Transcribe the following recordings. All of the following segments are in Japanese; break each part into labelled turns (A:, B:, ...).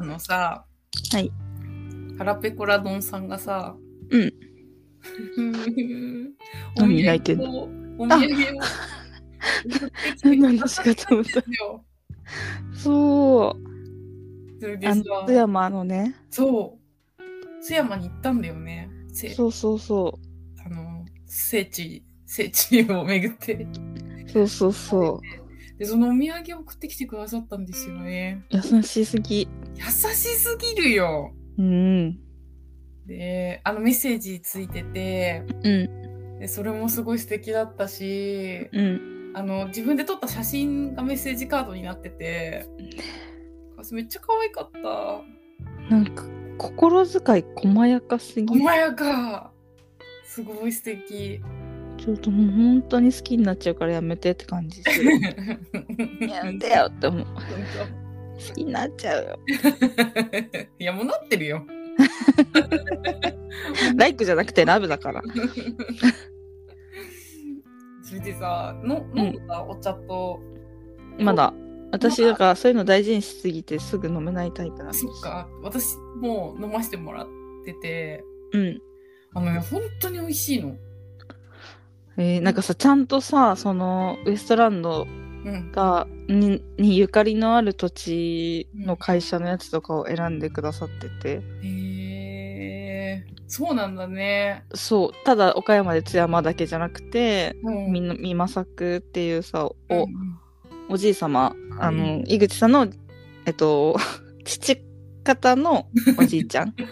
A: のさ、
B: はい。
A: 腹ペコラ丼さんがさ、
B: うん。
A: お土産を
B: 何焼いてん
A: お土産を。
B: 何の話かと思った
A: よ。
B: そう。
A: それで
B: あ
A: さ
B: の、富山のね。
A: そう。津山に行ったんだよね。せ
B: そうそうそ
A: あの聖地、聖地を巡って。
B: う。そうそうそ
A: で、そのお土産を送ってきてくださったんですよね。
B: う。優しすぎ。
A: 優しすぎるよ。
B: うん。
A: で、あのメッセージついてて、
B: うん。
A: でそれもすごい素敵だったし、
B: うん。
A: あの自分で撮った写真がメッセージカードになってて、めっちゃ可愛かった。
B: なんか、心遣い細やかすぎ。
A: 細やか。すごい素敵。
B: ちょっともう本当に好きになっちゃうからやめてって感 じ する。やめてよって思う。好きになっちゃうよ。
A: いや、もうなってるよ。
B: ライクじゃなくてラブだから。
A: それでさ、の
B: ん
A: 飲んだお茶と、
B: まだ。私だからそういうの大事にしすぎてすぐ飲めないタイプなんです。
A: そっか、私もう飲ませてもらってて、
B: うん。
A: あのね、本当に美味しいの。
B: えーなんかさ、ちゃんとさ、その、ウエストラン
A: う
B: ド
A: ん。
B: がににゆかりのある土地の会社のやつとかを選んでくださってて、
A: へえー、そうなんだね。
B: そうただ岡山で津山だけじゃなくて、
A: うん
B: みんなみまさくっていうさお,、
A: うん
B: おじい様あ
A: う
B: の、井口さんのえっと 父 方のおじいちゃん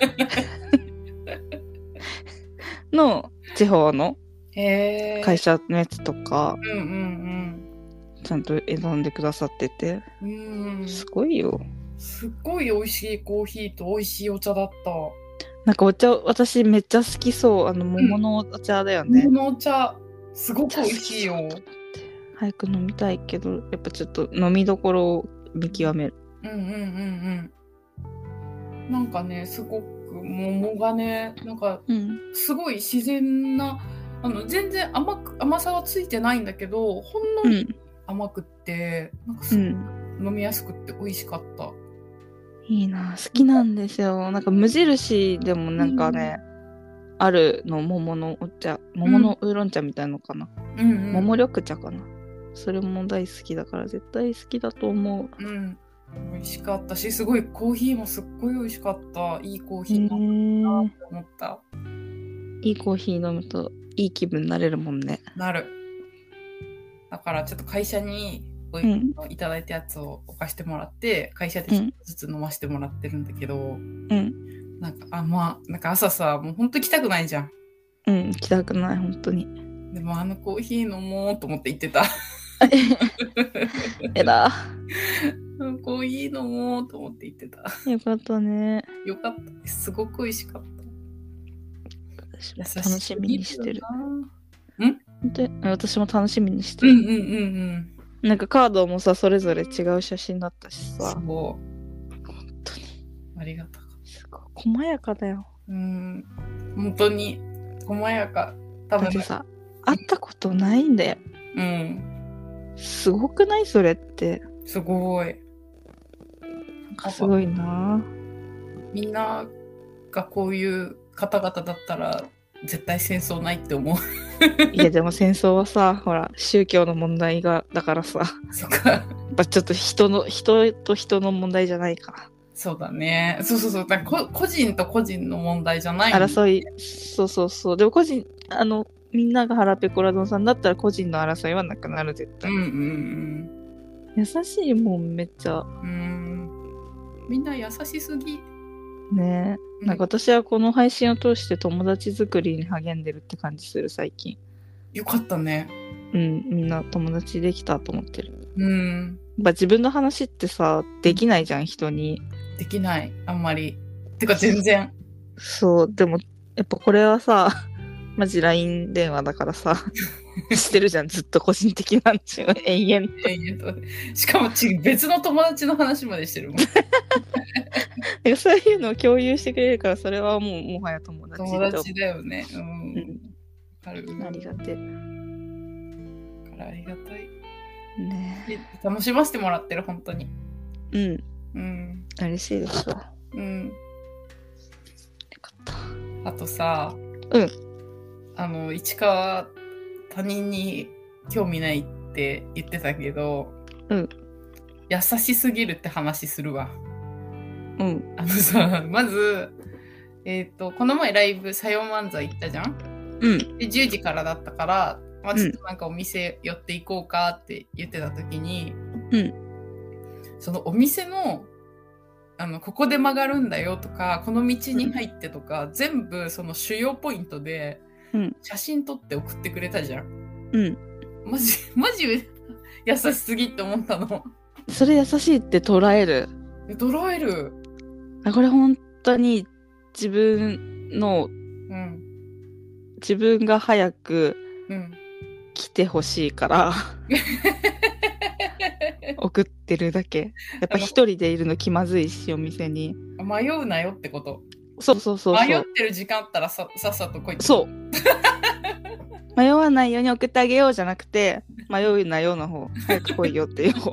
B: の地方の
A: へえー。
B: 会社のやつとか
A: うんうん
B: ちゃんと選んでくださってて
A: うん。うん。
B: すごいよ。
A: すっごい美味しいコーヒーと美味しいお茶だった。
B: なんかお茶私めっちゃ好きそうあの桃のお茶だよね、
A: このお茶、すごく美味しいよ。
B: 早く飲みたいけどやっぱちょっと飲みどころを見極める
A: うんうんうんうん。なんかね、すごく桃がね、なんか
B: うん
A: すごい自然な、あの全然甘く甘さはついてないんだけど、ほんの
B: う
A: り
B: ん
A: 甘くって、なんか
B: う
A: す
B: ん
A: 飲みやすくって美味しかった。
B: いいな好きなんですよなんか無印でもなんかね、あるの桃のお茶桃のウーロン茶みたいのかな、
A: うんうん。
B: 桃緑茶かなそれも大好きだから絶対好きだと思う
A: うん。美味しかったし、すごいコーヒーもすっごい美味しかった。いいコーヒーだな
B: ー
A: って思った。
B: いいコーヒー飲むといい気分になれるもんね
A: なる。だからちょっと会社におい,、
B: うん
A: いただいたやつを置かしてもらって、会社でちょっとずつ飲ませてもらってるんだけど、
B: うん
A: なんか、あ、まあ、なんか朝さ、もうほんと行きたくないじゃん。
B: うん行きたくない本当 に
A: でもあのコーヒー飲もうと思って行ってた。
B: えら
A: うんコーヒー飲もうと思って行ってた。
B: よかったね
A: よかったです。すごく美味しかった。優し
B: 楽しみにしてる
A: すぎよな
B: で私も楽しみにして
A: うん
B: る、
A: うんうん
B: なんかカードもさそれぞれ違う写真だったし
A: うん。す
B: さ
A: ご
B: 本当に
A: い。ありがたかった。
B: すごい細やかだよ
A: うん。本当に、細やか。多
B: だ
A: 分
B: ってさ会ったことないんだよ
A: うん。
B: すごくないそれって
A: すごい。
B: なんかすごいな
A: みんながこういう方々だったら、絶対戦争ないって思う。
B: いやでも戦争はさ ほら宗教の問題がだからさや
A: そっか。
B: っぱちょっと人の人と人の問題じゃないか
A: そうだね。そうそうそう。だからこ個人と個人の問題じゃない。
B: 争いそうそうそうでも個人あのみんなが腹ペコラ丼さんだったら個人の争いはなくなる絶
A: う
B: 対、
A: んうん
B: 優しいもんめっちゃ
A: うん。うん。みんな優しすぎ。
B: ねえなんか私はこの配信を通して友達作りに励んでるって感じする最近。
A: よかったね。
B: うん、みんな友達できたと思ってる。
A: うん。
B: やっぱ自分の話ってさ、できないじゃん、人に。
A: できない。あんまり。てか全然。
B: そう、でもやっぱこれはさ、 マジ LINE 電話だから さ、してるじゃん、ずっと個人的なんち ゅう、永遠。
A: 延々としかもち別の友達の話までしてる もん。
B: なんかそういうのを共有してくれるから、それはもうもはや友達
A: 友達だよね。う。
B: うんん、
A: ある。
B: ありがてえ。
A: だからありがたい。
B: ね
A: で楽しませてもらってる、本当に。
B: えう
A: う
B: ん、
A: ん。
B: 嬉しいでしょ。
A: うん。
B: よかった。
A: あとさ、
B: うん
A: あの、市川、他人に興味ないって言ってたけど、
B: うん
A: 優しすぎるって話するわ。
B: うん。
A: あのさ、まず、えっ、と、この前ライブ、さよ漫才行ったじゃん
B: うん。
A: で、10時からだったから、まあ、ちょっとなんかお店寄って行こうかって言ってた時に、
B: うん
A: そのお店の、あの、ここで曲がるんだよとか、この道に入ってとか、全部その主要ポイントで
B: うん、
A: 写真撮って送ってくれたじゃん。
B: うん。
A: マジ、マジ優しすぎって思ったの。
B: それ優しいって捉える。
A: でドラえる。
B: あこれ本当に自分の、
A: うん。
B: 自分が早く
A: うん。
B: 来てほしいから、送ってるだけ。やっぱ一人でいるの気まずいし、お店に。
A: 迷うなよってこと。
B: そうそうそうそ
A: 迷っ
B: う。
A: てる時間あったらささっさと来いって
B: そう。迷わないように送ってあげようじゃなくて、迷うなよの方、早く来いよっていう方。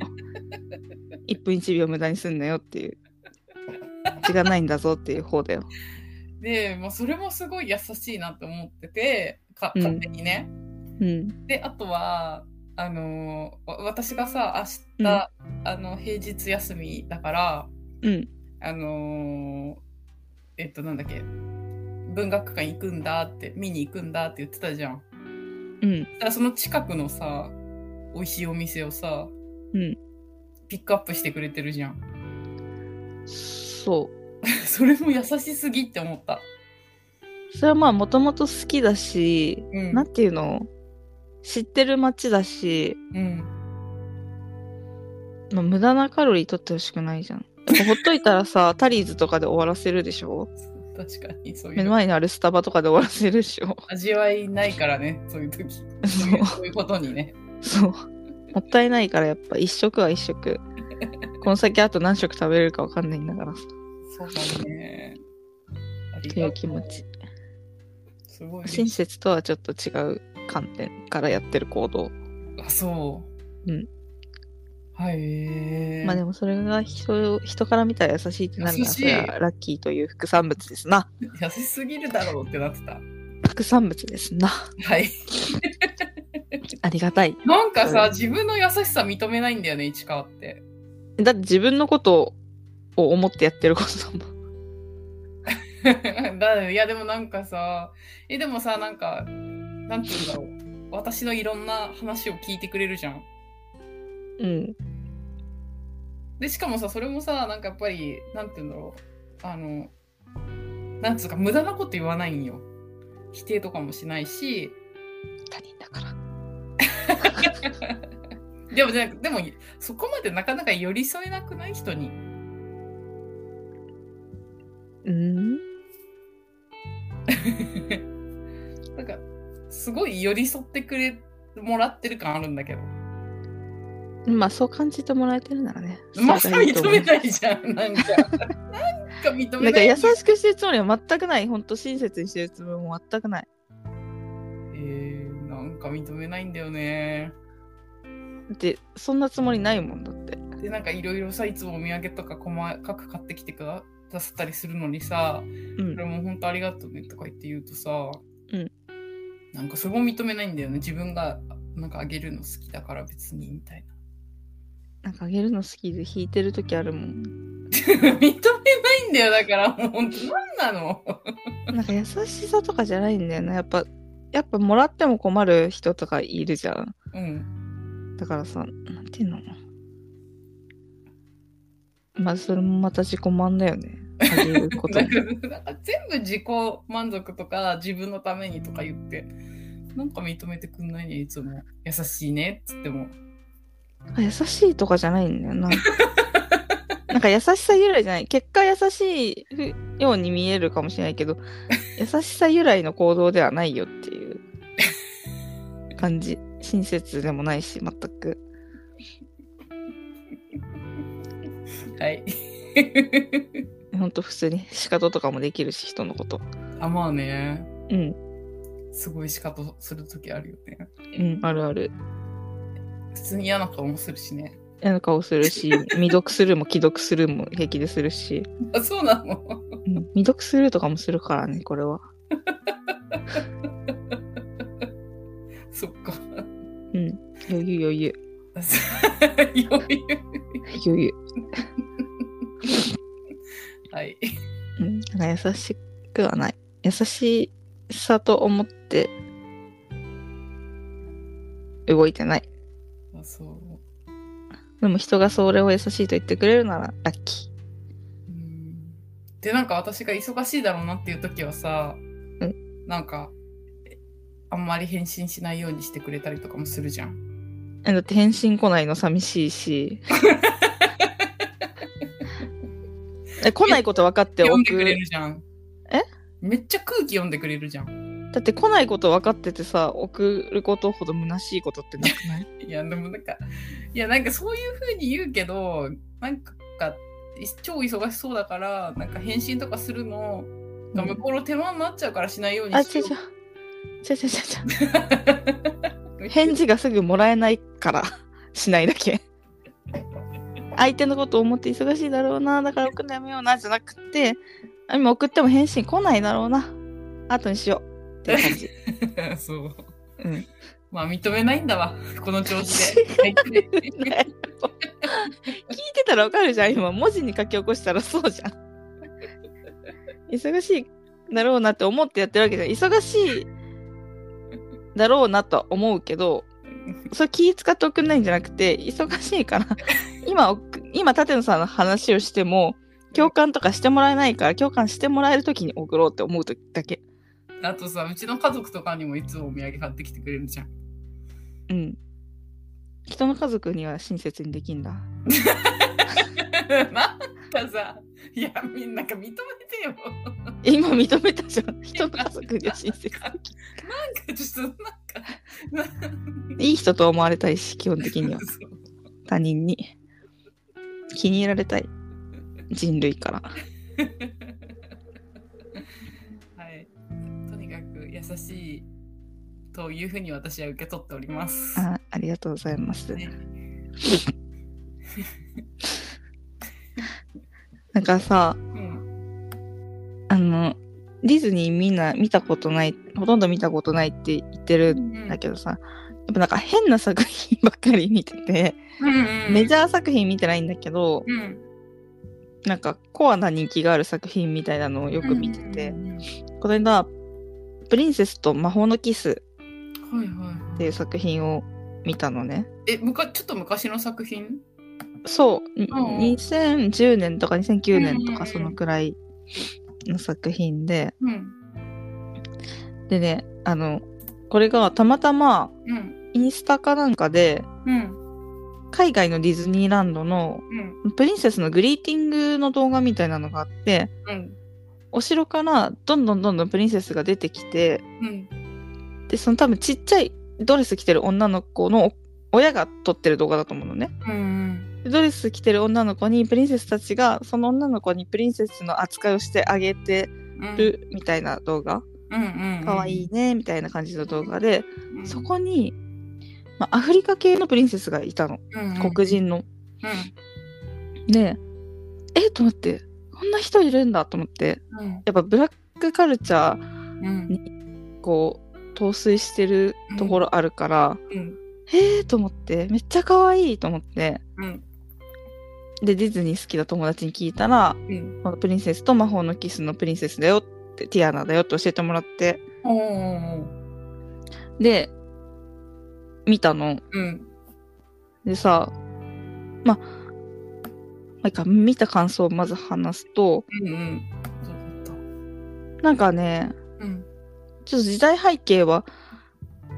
B: 1分1秒無駄にすんなよっていう。時間ないんだぞっていう方だよ。
A: で、まあ、それもすごい優しいなって思っててか
B: うん
A: 勝手にね、
B: うん。
A: であとはあのーわ私がさ明日、あの平日休みだから
B: うん。
A: あのーえっとなんだっけ文学館行くんだって見に行くんだって言ってたじゃん
B: うん。
A: そしたらその近くのさ美味しいお店をさ、
B: うん
A: ピックアップしてくれてるじゃん
B: そう。
A: それも優しすぎって思った、
B: それはまあもともと好きだし、
A: うん、
B: なんていうの知ってる街だし、
A: うん
B: まあ、無駄なカロリー取ってほしくないじゃん。やっぱほっといたらさ、タリーズとかで終わらせるでしょ
A: 確かにそういう
B: 目の前にあるスタバとかで終わらせるでしょ
A: 味わいないからねそういう時そういう
B: そ
A: そういうことにね
B: う。そう。もったいないからやっぱ一食は一食。この先あと何食食べれるかわかんないんだからさ。
A: そうだねあり
B: と
A: が
B: い
A: と
B: う気持ち。
A: すごい
B: 親切とはちょっと違う観点からやってる行動。
A: あそう
B: う
A: うんはい
B: まあでもそれが人を人から見たら優しいってなるなら、それはラッキーという副産物ですな。
A: 優しすぎるだろうってなってた
B: 副産物ですな。
A: はい
B: ありがたい。
A: なんかさ、
B: うん
A: 自分の優しさ認めないんだよね市川って
B: だって自分のことを思ってやってることだもん。
A: だいやでもなんかさえでもさなんかなんて言うんだろう私のいろんな話を聞いてくれるじゃん
B: うん。
A: でしかもさそれもさなんかやっぱりなんて言うんだろうあのなんつうか無駄なこと言わないんよ否定とかもしないし
B: 他人だから。
A: でもじゃなでもそこまでなかなか寄り添えなくない人に
B: うん。
A: なんかすごい寄り添ってくれもらってる感あるんだけど
B: まあそう感じてもらえてるならね。
A: まさに
B: そ
A: 認
B: れ
A: め
B: がいいと思う
A: ないじゃんなんかなんか認
B: な
A: め
B: んか
A: ない
B: 優しくしてるつもりは全くない。ほんと親切にしてるつもりも全くない。
A: えー、なんか認めないんだよね
B: だってそんなつもりないもんだって。
A: でなんかいろいろさいつもお土産とか細かく買ってきてくださったりするのにさ
B: う
A: それ
B: ん。
A: も本当ありがとうねとか言って言うとさ、
B: うん
A: なんかそれも認めないんだよね自分がなんかあげるの好きだから別にみたいな
B: なんかあげるの好きで弾いてる時あるもん。
A: 認めないんだよだからもう本当なんなの
B: なんか優しさとかじゃないんだよね。やっぱ、やっぱもらっても困る人とかいるじゃん。
A: うん
B: だからさ、なんていうのまあ、それもまた自己満だよね。あげる こと
A: だ
B: に
A: からなんか全部自己満足とか自分のためにとか言ってなんか認めてくんないねいつも優しいねっつっても
B: あ優しいとかじゃないんだよな。 なんか優しさ由来じゃない。結果優しいふように見えるかもしれないけど、優しさ由来の行動ではないよっていう感じ。親切でもないし、全く。
A: はい
B: ほんと普通に仕方とかもできるし、人のこと。
A: あまあね
B: うん、
A: すごい仕方する時あるよね
B: うん、あるある。
A: 普通に嫌な顔もするしね
B: 嫌な顔する し、未読するも既読するも平気でするし、
A: あ、そうなの
B: うん未読するとかもするからね、これは。
A: そっか。
B: うん。余裕余裕。
A: 余裕。
B: 余裕。
A: はい。
B: うん。なんか優しくはない。優しさと思って、動いてない。
A: あそう。
B: でも人がそれを優しいと言ってくれるならラッキ
A: うんで、なんか私が忙しいだろうなっていう時はさ、なんか、えあんまり返信しないようにしてくれたりとかもするじゃん。
B: ー。えだって返信来ないの寂し いし。え来ないこと分かってお
A: 読んでくれ
B: く。
A: るじゃん。
B: え
A: めっちゃ空気読んでくれるじゃん。
B: だって来ないこと分かっててさ、送ることほど虚しいことってなくない
A: いや、でもなんか、いや、なんかそういう風に言うけど、なんか、い超忙しそうだから、なんか返信とかするのが向こうの手間になっちゃうからしないように
B: あ、違
A: し
B: う違
A: よ
B: う。
A: う。
B: 違う違う違う違 う。返事がすぐもらえないから、しないだけ。相手のことを思って忙しいだろうな、だから送るのやめような、じゃなくて、あ今送っても返信来ないだろうな、後にしよう。っていう感じ。
A: そう。
B: うん。
A: まあ、認めないんだわ。 この調子で。
B: 聞いてたらわかるじゃん今文字に書き起こしたらそうじゃん忙しいだろうなって思ってやってるわけじゃん忙しいだろうなとは思うけどそれ気使って送んないんじゃなくて忙しいから今送今舘野さんの話をしても共感とかしてもらえないから共感してもらえる時に送ろうって思う時だけ
A: あとさ、うちの家族とかにもいつもお土産買ってきてくれるじゃん。
B: うん人の家族には親切にできんだ
A: なんかさ、いや、みんなが認めてよ。
B: 今認めたじゃん人の家族には親切
A: なんかちょっと、なんか、。
B: いい人と思われたいし、基本的には
A: そう
B: 他人に。気に入られたい。人類から。
A: はい。とにかく優しいというふうに私は受け取っております。
B: あありがとうございます。 なんかさ、
A: うん。
B: あの、ディズニーみんな見たことない、ほとんど見たことないって言ってるんだけどさ、やっぱなんか変な作品ばっかり見てて、
A: うんうん、
B: メジャー作品見てないんだけど、
A: うん、
B: なんかコアな人気がある作品みたいなのをよく見てて
A: う、ん
B: この間、プリンセスと魔法のキス
A: はいはい
B: っ
A: は
B: て
A: い。
B: いう作品を見たのね。
A: え、むかちょっと昔の作品
B: そう、に
A: うん
B: 2010年とか2009年と
A: うんうんうん
B: かそのくらいの作品で、
A: うん。
B: でね、あの、これがたまたま
A: うん。
B: インスタかなんかで、
A: うん。
B: 海外のディズニーランドの
A: うん。
B: プリンセスのグリーティングの動画みたいなのがあって、
A: うん。
B: お城からどんどんどんどんプリンセスが出てきて、
A: うん。
B: で、その多分ちっちゃいドレス着てる女の子の親が撮ってる動画だと思うのね。
A: うん。
B: ドレス着てる女の子にプリンセスたちがその女の子にプリンセスの扱いをしてあげて
A: うん。
B: るみたいな動画、
A: うんうんうん。
B: かわいいねみたいな感じの動画で、
A: うん。
B: そこに、まあ、アフリカ系のプリンセスがいたの、
A: うんうん、
B: 黒人の。
A: う
B: でえっと思ってこんな人いるんだと思って
A: ん。うん。
B: やっぱブラックカルチャー
A: うん。
B: こう陶酔してるところあるから、
A: うん。
B: えーと思ってめっちゃ可愛いと思って
A: うん。
B: でディズニー好きな友達に聞いたら
A: うん。
B: このプリンセスと魔法のキスのプリンセスだよってティアナだよって教えてもらって
A: おー。
B: で見たの。
A: うん。
B: でさ、まあ、まあいいか、見た感想をまず話すと、
A: うんうん。そうだった。
B: なんかね、
A: うん。
B: ちょっと時代背景は、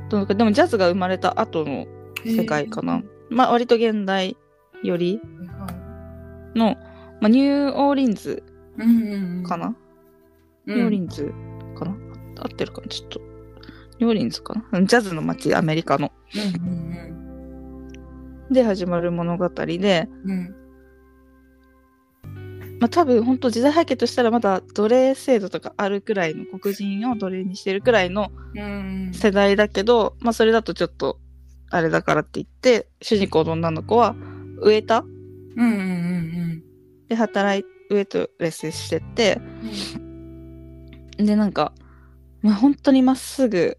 B: どうか、でもジャズが生まれた後の世界かな。まあ、割と現代より
A: へー。は
B: の、まあ、ニューオーリンズ
A: いうんうんうん。
B: かな、
A: う
B: ニューオーリ
A: ん。
B: ンズかな合ってるかなちょっと。ニューオーリンズかなうんジャズの街、アメリカの。
A: うん
B: で始まる物語で、
A: うんうん。うん。
B: まあ、多分本当時代背景としたらまだ奴隷制度とかあるくらいの黒人を奴隷にしてるくらいの
A: うん
B: 世代だけど、まあ、それだとちょっとあれだからって言って主人公の女の子は植えた
A: うんうんうん
B: で働いウェイトレスしてって
A: うん
B: でなんか、まあ、本当にまっすぐ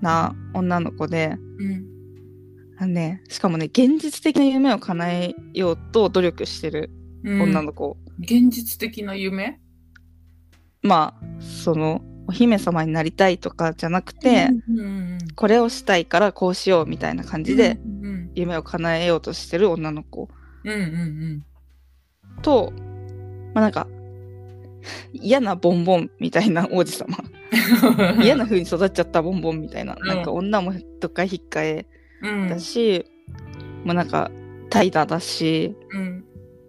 B: な女の子で
A: うん
B: あのねしかもね現実的な夢を叶えようと努力してる
A: うん
B: 女の子、
A: 現実的な夢
B: まあそのお姫様になりたいとかじゃなくて、
A: うんうんうん、
B: これをしたいからこうしようみたいな感じで
A: うん
B: 夢を叶えようとしてる女の子
A: うんうん
B: と、まあ、なんか嫌なボンボンみたいな王子様
A: うん
B: 嫌な風に育っちゃったボンボンみたいな、なんか女もどっか引っかえ
A: うん
B: だし、もうなんか怠惰だし
A: うん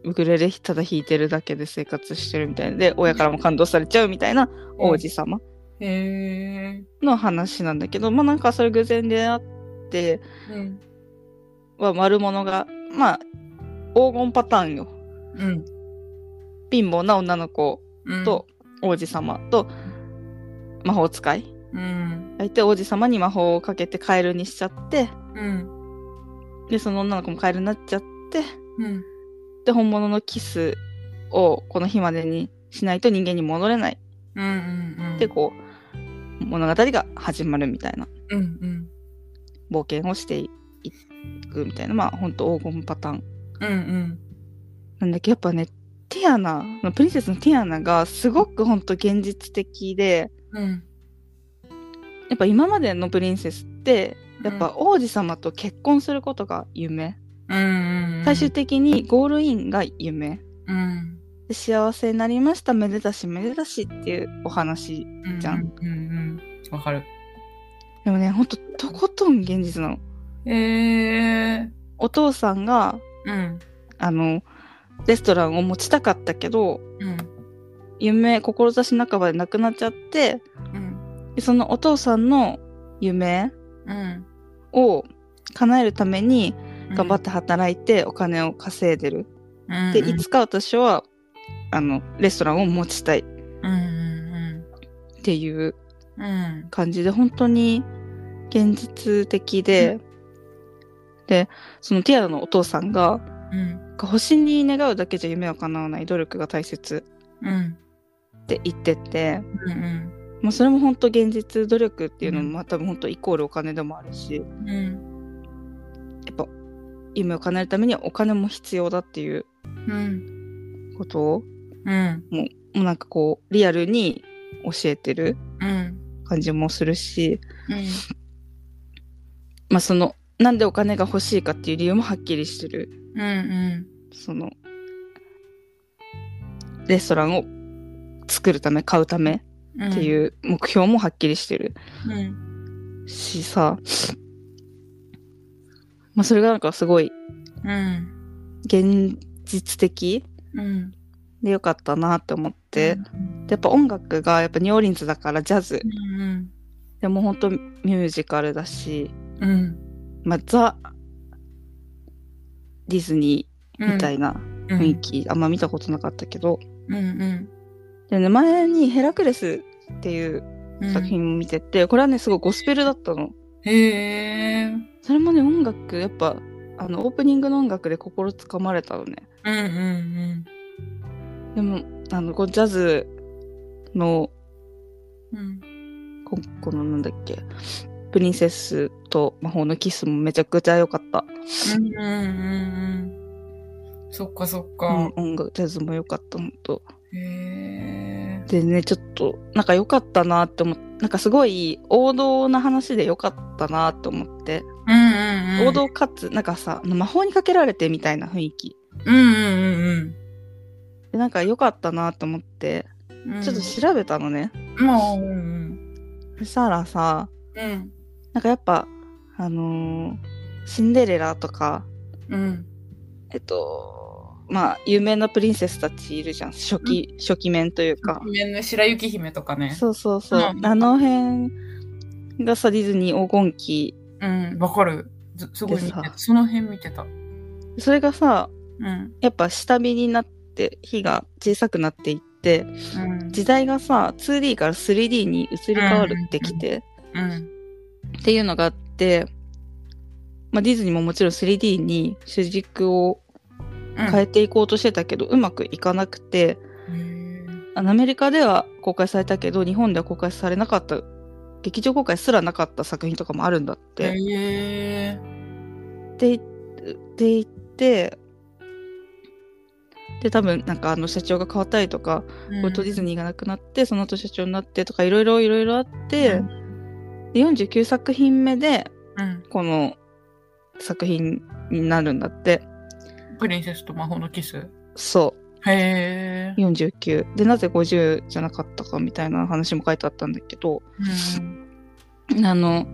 B: ウクレレただ弾いてるだけで生活してるみたいで親からも感動されちゃうみたいな王子様
A: へえ
B: の話なんだけど、まあなんかそれ偶然出会って
A: うん
B: は悪者がまあ黄金パターンよ
A: うん
B: 貧乏な女の子
A: うん
B: と王子様と魔法使い
A: うん
B: 相手王子様に魔法をかけてカエルにしちゃって
A: うん
B: でその女の子もカエルになっちゃって
A: うん
B: で本物のキスをこの日までにしないと人間に戻れない
A: うんうんうん
B: でこう物語が始まるみたいな
A: うんうん
B: 冒険をしていくみたいなまあほんと黄金パターン
A: うん
B: なんだけどやっぱねティアナプリンセスのティアナがすごくほんと現実的で
A: うんうん
B: やっぱ今までのプリンセスってやっぱ王子様と結婚することが夢
A: うんうん
B: 最終的にゴールインが夢
A: うん
B: で幸せになりましためでたしめでたしっていうお話
A: うん
B: じゃん
A: うんうんわかる
B: でもねほんととことん現実なの
A: へえ
B: お父さんが
A: うん
B: あのレストランを持ちたかったけど
A: うん
B: 夢志半ばで亡くなっちゃって
A: うん
B: でそのお父さんの夢
A: うん
B: を叶えるために頑張ってて働いてお金を稼いでる、でいつか私はあのレストランを持ちたいっ
A: うんうん
B: ていう
A: うんうん
B: 感じで本当に現実的で、でそのティアラのお父さんが
A: うん
B: 星に願うだけじゃ夢は叶わない努力が大切
A: うん
B: って言ってて、
A: うん
B: まあ、それも本当現実努力っていうのも、まあ、多分本当イコールお金でもあるしや
A: うんうん
B: っぱ夢を叶えるためにはお金も必要だっていう
A: うん
B: ことを
A: うん
B: もうなんかこうリアルに教えてる
A: うん
B: 感じもするし、
A: うん
B: まあ、そのなんでお金が欲しいかっていう理由もはっきりしてる
A: うん
B: そのレストランを作るため買うため
A: うん
B: って
A: う
B: いう目標もはっきりしてる
A: んうん
B: しさ、まあ、それがなんかすごい
A: うん
B: 現実的
A: うん
B: でよかったなって思って、でやっぱ音楽がやっぱニューオーリンズだからジャズ
A: うん
B: でも本当ミュージカルだし、
A: うんうん
B: まあ、ザ・ディズニ
A: う
B: ー
A: ん
B: みたいな
A: うん
B: 雰囲気、あんま見たことなかったけど
A: うん
B: で、ね、前に「ヘラクレス」っていう
A: うん
B: 作品も見てて、これはねすごいゴスペルだったの
A: へえうん
B: それもね音楽やっぱあのオープニングの音楽で心つかまれたのね
A: うん
B: でもあのこうジャズの
A: うんうん
B: ここのなんだっけプリンセスと魔法のキスもめちゃくちゃ良かった、
A: うんうんうんうんそっかそっ
B: う
A: か
B: ん、音楽ジャズも良かったほんと
A: へえ
B: でねちょっとなんか良かったなって思ってなんかすごい王道な話で良かったなって思って、
A: うんうんうん
B: 王道かつなんかさあの魔法にかけられてみたいな雰囲気
A: うんうんうん
B: でなんか良かったなと思って
A: うん
B: ちょっと調べたのね、
A: まあうん
B: そしたらさ
A: うん
B: なんかやっぱあのーシンデレラとか
A: うん
B: えっと、まあ、有名なプリンセスたちいるじゃん。初期、初期面というか。
A: 姫の白雪姫とかね
B: そうそうそう。
A: うん
B: あの辺がさ、ディズニー黄金期。
A: うんわかるずすごい見て
B: で
A: た
B: さ
A: その辺見てた
B: それがさ、
A: うん
B: やっぱ下火になって、火が小さくなっていって、
A: うん
B: 時代がさ、2D から 3D に移り変わるってきて、
A: うん
B: っていうのがあって、まあ、ディズニーももちろん 3D に主軸を
A: うん
B: 変えていこうとしてたけど、うまくいかなくて
A: へ
B: あのアメリカでは公開されたけど日本では公開されなかった劇場公開すらなかった作品とかもあるんだって。
A: えへえ
B: ってって言ってで多分なんかあの社長が変わったりとか、
A: う
B: ウォルト・ディズニーがなくなってその後社長になってとかいろいろいろいろあって、で49作品目で
A: うん
B: この作品になるんだって
A: プリンセスと魔法のキスへ
B: そ
A: え
B: う49でなぜ50じゃなかったかみたいな話も書いてあったんだけど
A: うん
B: あの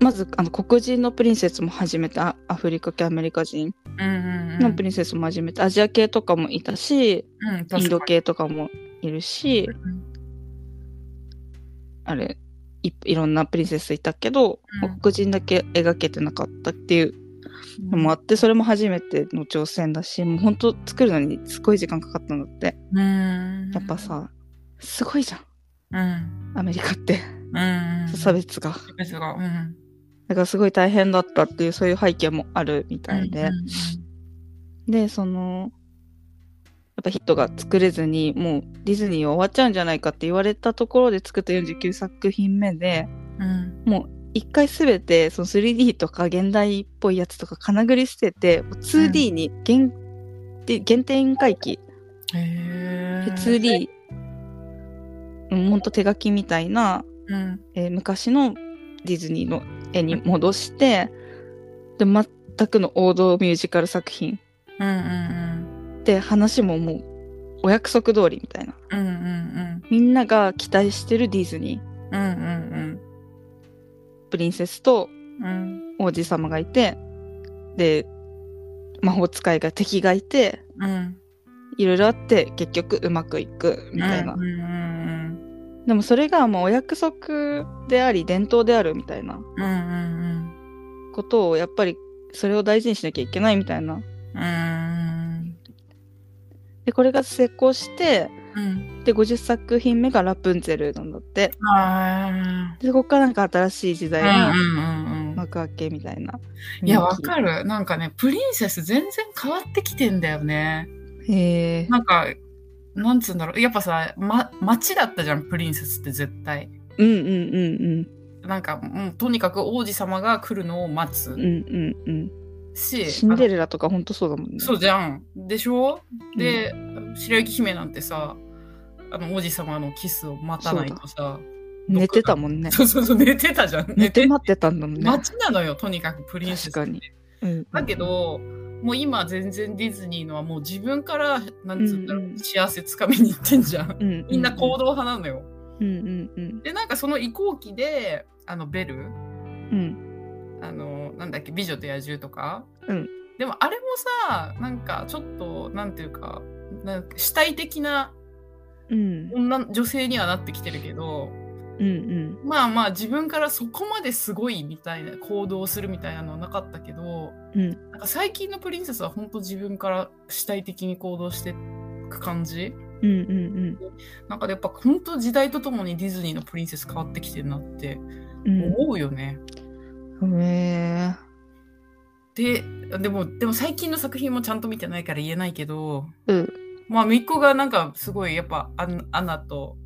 B: まずあの黒人のプリンセスも始めてアアフリカ系アメリカ人
A: うんうんう
B: の
A: ん
B: プリンセスも始めて、アジア系とかもいたし
A: うん確かに
B: インド系とかもいるし、
A: うん
B: あれい、いろんなプリンセスいたけど、
A: うん
B: 黒人だけ描けてなかったっていうのもあって、それも初めての挑戦だし、もう本当作るのにすごい時間かかったんだって。
A: うん
B: やっぱさ、すごいじゃん、
A: うん
B: アメリカって、
A: うん
B: 差別が。
A: 別がうん
B: だからすごい大変だったっていう、そういう背景もあるみたいで。
A: うん
B: で、その、やっぱヒットが作れずに、もうディズニーは終わっちゃうんじゃないかって言われたところで作った49作品目で、
A: うん
B: 一回すべてその 3D とか現代っぽいやつとか金繰り捨てて、もう 2D に限,、で限定回帰、
A: うんへえ
B: で 2D、うん、ほんと手書きみたいな、
A: うん
B: えー昔のディズニーの絵に戻して、で、全くの王道ミュージカル作品
A: うんうん
B: で話ももうお約束通りみたいな。
A: うんうんうん
B: みんなが期待してるディズニー、
A: うんうん
B: プリンセス
A: う
B: と
A: んうん
B: 王子様がいて、で、魔法使いが敵がいて、
A: うん
B: いろいろあって結局うまくいくみたいな、
A: うんうん
B: でもそれがまあお約束であり伝統であるみたいな
A: うんうん
B: ことをやっぱりそれを大事にしなきゃいけないみたいな
A: うんうん
B: でこれが成功して
A: うん
B: で50作品目が「ラプンツェル」なんだって
A: あ
B: でここからなんか新しい時代
A: あうん
B: の
A: うんうんうん
B: 幕開けみたいな、
A: いやわかるなんかねプリンセス全然変わってきてんだよね
B: へえ
A: なんかなんつうんだろうやっぱさ、ま、街だったじゃんプリンセスって絶対
B: うんうんうん
A: なんかもうとにかく王子様が来るのを待つ
B: うんうんうんうん
A: し
B: シンデレラとかほんとそうだもんね
A: そうじゃん。でしょで、白雪姫なんてさ、あの王子様のキスを待たないとさ、
B: 寝てたもんね
A: そうそうそう、寝てたじゃん。
B: 寝て待ってたんだもんね
A: 待ちなのよ、とにかくプリンセス
B: 確
A: って。
B: かに、うんうん、
A: だけど、もう今全然ディズニーのはもう自分から、なんつうんだろう、
B: うんうん
A: 幸せつかみに行ってんじゃん。
B: うんうんうん、
A: みんな行動派なのよ。
B: うんうん
A: で、なんかその移行期で、あのベル、
B: うんうん
A: あのなんだっけ「美女と野獣」とか、
B: うん
A: でもあれもさなんかちょっとなんていうかなんか主体的な
B: うん
A: 女女性にはなってきてるけど
B: うん
A: まあまあ自分からそこまですごいみたいな行動をするみたいなのはなかったけど、
B: うん
A: なんか最近のプリンセスは本当自分から主体的に行動してく感じ
B: うんうんうん
A: なんかやっぱ本当時代とともにディズニーのプリンセス変わってきてるなって
B: うん
A: 思うよね。
B: うんへ
A: ででもでも最近の作品もちゃんと見てないから言えないけど
B: えうん
A: まあ、みっこがなんかすごいやっぱアンアナと、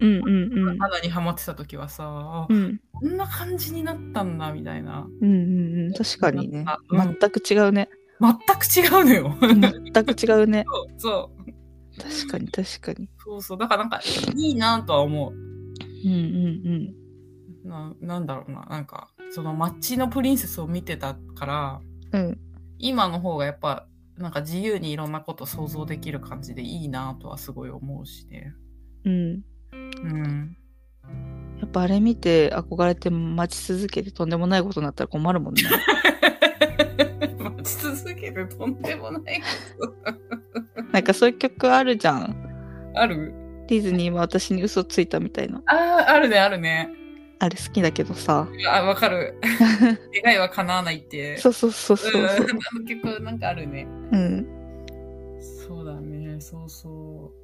B: うんうんうん
A: アナにハマってた時はさ、あ
B: うん
A: こんな感じになったんだみたいな。
B: うんうんうん確かにね
A: あうん
B: 全く違うね
A: 全く違うのよ。
B: 全く違うね
A: そう
B: 確かに確かに
A: そうそう。だからなんかいいなとは思
B: うんうん
A: う。ななんだろうな。なんか、そのマッチのプリンセスを見てたから、
B: うんうん
A: 今の方がやっぱ、なんか自由にいろんなこと想像できる感じでいいなとはすごい思うしね。
B: うん
A: うん。
B: やっぱあれ見て憧れて待ち続けてとんでもないことになったら困るも んね
A: 待ち続けてとんでもないこ
B: なんかそういう曲あるじゃん
A: と。ある
B: ディズニーは私に嘘ついたみたいな
A: ああ、あるね、あるね。
B: あれ好きだけどさ
A: あ、わか る。願いは叶わないって。
B: そうそうそうそう
A: うん
B: そう
A: あ の結構なんかあるね。
B: うん
A: そうだね、そうそう。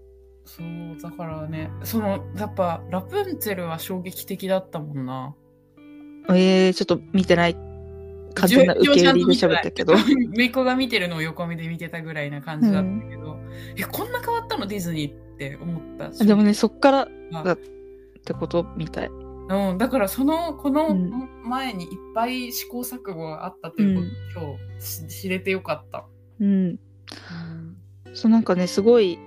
A: そう、だからね、その、やっぱ、ラプンツェルは衝撃的だったもんな。
B: えー、ちょっと見てない完全な受け入れで喋ったけど。
A: めいっ子が見てるのを横目で見てたぐらいな感じだったけど、えこんな変わったのディズニーって思ったし
B: でもね、そっから
A: まあ
B: だってことみたい。
A: うん、だからそのこの
B: うん
A: 前にいっぱい試行錯誤があったということを、今日し知れてよかった、
B: うん。そうなんかね、すごい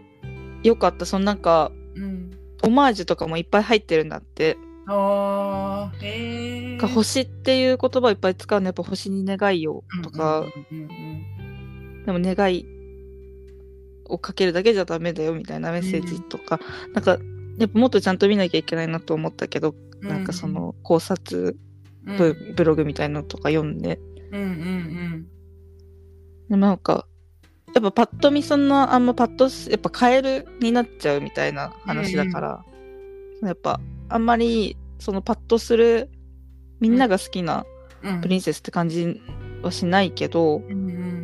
B: 良かった。そのなんか、
A: うん、
B: オマージュとかもいっぱい入ってるんだって。
A: あーへえ
B: が星っていう言葉をいっぱい使うのやっぱ星に願いをとか、
A: うんうんうん
B: でも願いをかけるだけじゃダメだよみたいなメッセージとか、なんかやっぱもっとちゃんと見なきゃいけないなと思ったけど、
A: うん
B: なんかその考察
A: うん
B: ブ,、ブログみたいのとか読んで
A: うんうん
B: でもなんかやっぱパッと見そんなあんまパッとすやっぱカエルになっちゃうみたいな話だから、やっぱあんまりそのパッとするみんなが好きな
A: うんうん
B: プリンセスって感じはしないけど、
A: うんうん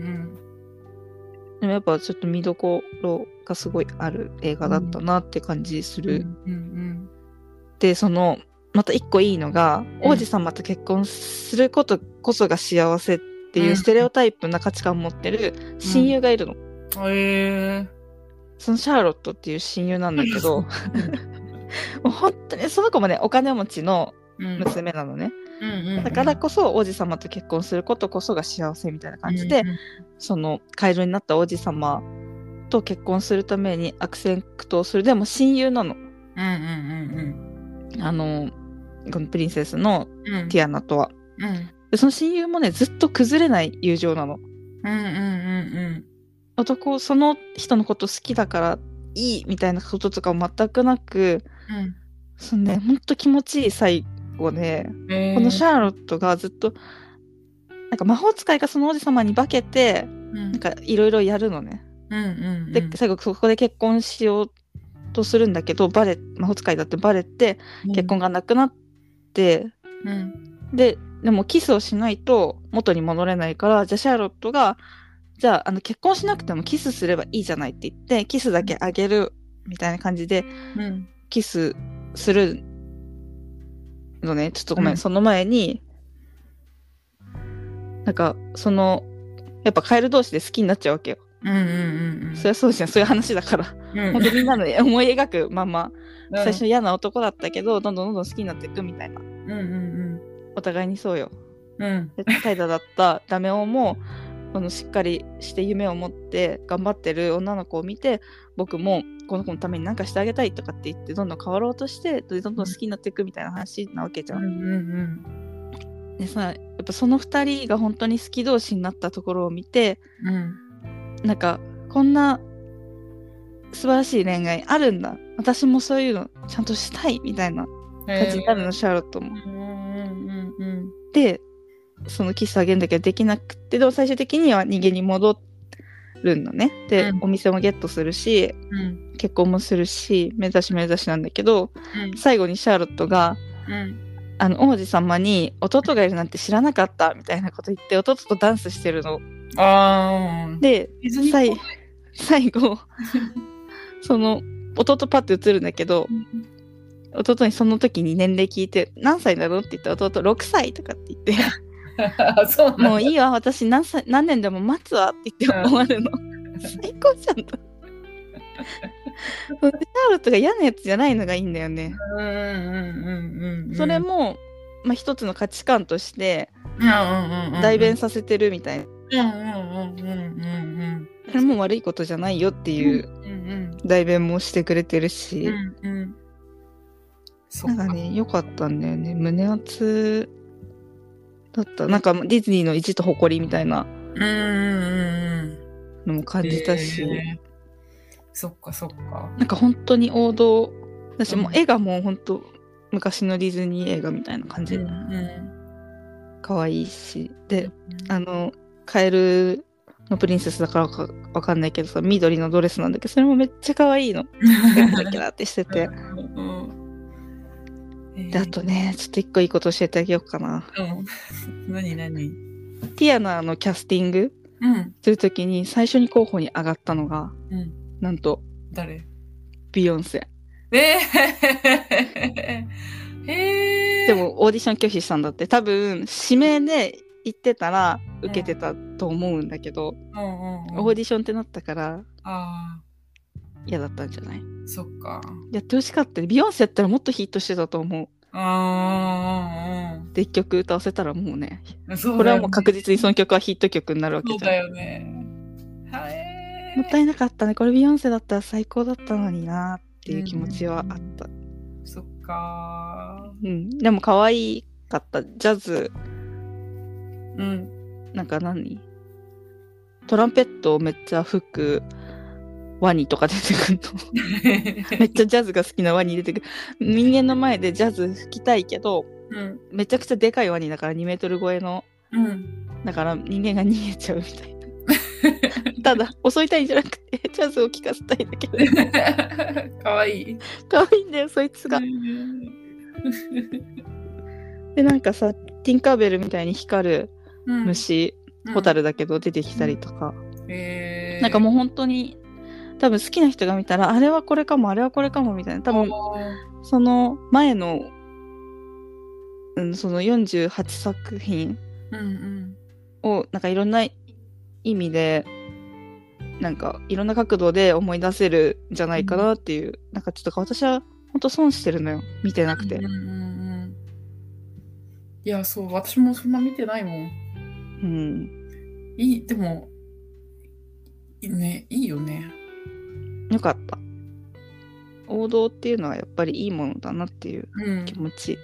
B: でもやっぱちょっと見どころがすごいある映画だったなって感じす
A: うんう
B: る。
A: んうん
B: で、その、また一個いいのが、
A: うん
B: 王子様と結婚することこそが幸せっていううんステレオタイプな価値観を持ってる親友がいるの。
A: へえ
B: そのシャーロットっていう親友なんだけ ど、もう本当にその子もね、お金持ちの
A: うん
B: 娘なのね。
A: うんうん
B: だからこそ王子様と結婚することこそが幸せみたいな感じで
A: うん、うん
B: そのカエルになった王子様と結婚するために悪戦苦闘するでも親友なの
A: うんうん
B: あのこのプリンセスの
A: うんうん
B: ティアナとは
A: うん
B: でその親友もねずっと崩れない友情な
A: う
B: の
A: んうん
B: 男その人のこと好きだからいいみたいなこととかも全くなく
A: うん
B: そのねほんと気持ちいい最後で、
A: うんへー
B: このシャーロットがずっとなんか魔法使いがその王子様に化けて
A: うん
B: なんかいろいろやるのね
A: うんうん
B: で、最後そこで結婚しようとするんだけどバレ魔法使いだってバレて
A: うん
B: 結婚がなくなって、
A: うん
B: ででもキスをしないと元に戻れないからじゃあシャーロットがじゃああの結婚しなくてもキスすればいいじゃないって言ってキスだけあげるみたいな感じで
A: うん
B: キスするのねちょっとごめん、
A: うん
B: その前になんかそのやっぱカエル同士で好きになっちゃうわけよ、
A: うんうんうんうん
B: そりゃそうじゃんそういう話だから
A: うん
B: 本当みんなの思い描くまま
A: うん
B: 最初嫌な男だったけどどんどんどんどん好きになっていくみたいな
A: うんうん
B: お互いにそうよ
A: うんうん
B: で怠惰だった ダメ男もこのしっかりして夢を持って頑張ってる女の子を見て僕もこの子のために何かしてあげたいとかって言ってどんどん変わろうとしてでどんどん好きになっていくみたいな話なわけじゃ。
A: うんんうん
B: でさやっぱその2人が本当に好き同士になったところを見て
A: うんうん
B: なんかこんな素晴らしい恋愛あるんだ私もそういうのちゃんとしたいみたいな感じになるの、シャーロットも。
A: うんうんうん
B: でそのキスあげるんだけどできなくってでも最終的には逃げに戻るのねで、
A: うん
B: お店もゲットするし
A: うんうん
B: 結婚もするし目指し目指しなんだけど最後にシャーロットが
A: うん
B: あの王子様に弟がいるなんて知らなかったみたいなこと言って弟とダンスしてるの
A: うんあー
B: で
A: ディズニー
B: 最最 後その弟パッて映るんだけど弟にその時に年齢聞いて「何歳なの?」って言ったら弟6歳とかって言って
A: あそう なんだ
B: もういいわ、私何歳何年でも待つわって言っ
A: う
B: て
A: ん
B: 終わるの。最高じゃん と。シャーロットが嫌なやつじゃないのがいいんだよね。
A: うんうんうんうんうん
B: それも、まあ、一つの価値観として
A: うんうんうんうん
B: 代弁させてるみたいな。
A: うんうんうんうんうん
B: それも悪いことじゃないよっていう
A: うんうん
B: 代弁もしてくれてる
A: う
B: し、
A: んうんそ
B: な
A: っ
B: ん
A: か
B: かね、良かったんだよね。胸熱だった。なんかディズニーの意地と誇りみたいな
A: うんうんうんうん
B: のも感じたし。
A: えーそっかそっか。
B: なんか本当に王道だし、
A: うん
B: もう絵がもう本当昔のディズニー映画みたいな感じ、
A: ん。
B: 可愛いしであのカエルのプリンセスだからかわかんないけどさ緑のドレスなんだけどそれもめっちゃ可愛いのキラキラキラってしてて
A: うん
B: であとねちょっと一個いいこと教えてあげようかな
A: うん。何何
B: ティアナのキャスティング
A: うん。
B: するときに最初に候補に上がったのが
A: うん。
B: なんと
A: 誰
B: ビヨンセ
A: えー、えー、
B: でもオーディション拒否したんだって多分指名で行ってたら受けてたと思うんだけど、
A: うんうんうん
B: オーディションってなったから
A: あ
B: 嫌だったんじゃない
A: ーそっか
B: やってほしかったねビヨンセやったらもっとヒットしてたと思
A: あ
B: うで一曲歌わせたらもうね
A: ーうんうんそう
B: これ
A: だ
B: は
A: よ
B: もう
A: ね
B: 確実にその曲はヒット曲になるわけ
A: そう
B: じゃん
A: だよねはい
B: もったいなかったねこれビヨンセだったら最高だったのになっていう気持ちはあった、
A: そっか
B: うん、でも可愛かったジャズ
A: うん
B: なんか何トランペットをめっちゃ吹くワニとか出てくる のめっちゃジャズが好きなワニ出てくる人間の前でジャズ吹きたいけど
A: うん
B: めちゃくちゃでかいワニだから2メートル超えの
A: うん
B: だから人間が逃げちゃうみたいなただ襲いたいんじゃなくてジャズを聴かせたいだけで
A: かわいい
B: 可愛いんだよそいつがでなんかさティンカーベルみたいに光る虫、ホタ
A: ル
B: ルだけど出てきたりとか、
A: えー
B: なんかもう本当に多分好きな人が見たらあれはこれかもあれはこれかもみたいな多分
A: あ
B: その前の、うん、その48作品
A: ーうん
B: をなんかいろんな意味でなんかいろんな角度で思い出せるんじゃないかなっていう、なんかちょっと私は本当損してるのよ見てなくて、
A: うんうんうんうんいやそう私もそんな見てないもん
B: うん、
A: いいでもいいねいいよね
B: よかった王道っていうのはやっぱりいいものだなっていう
A: うん
B: 気持ち、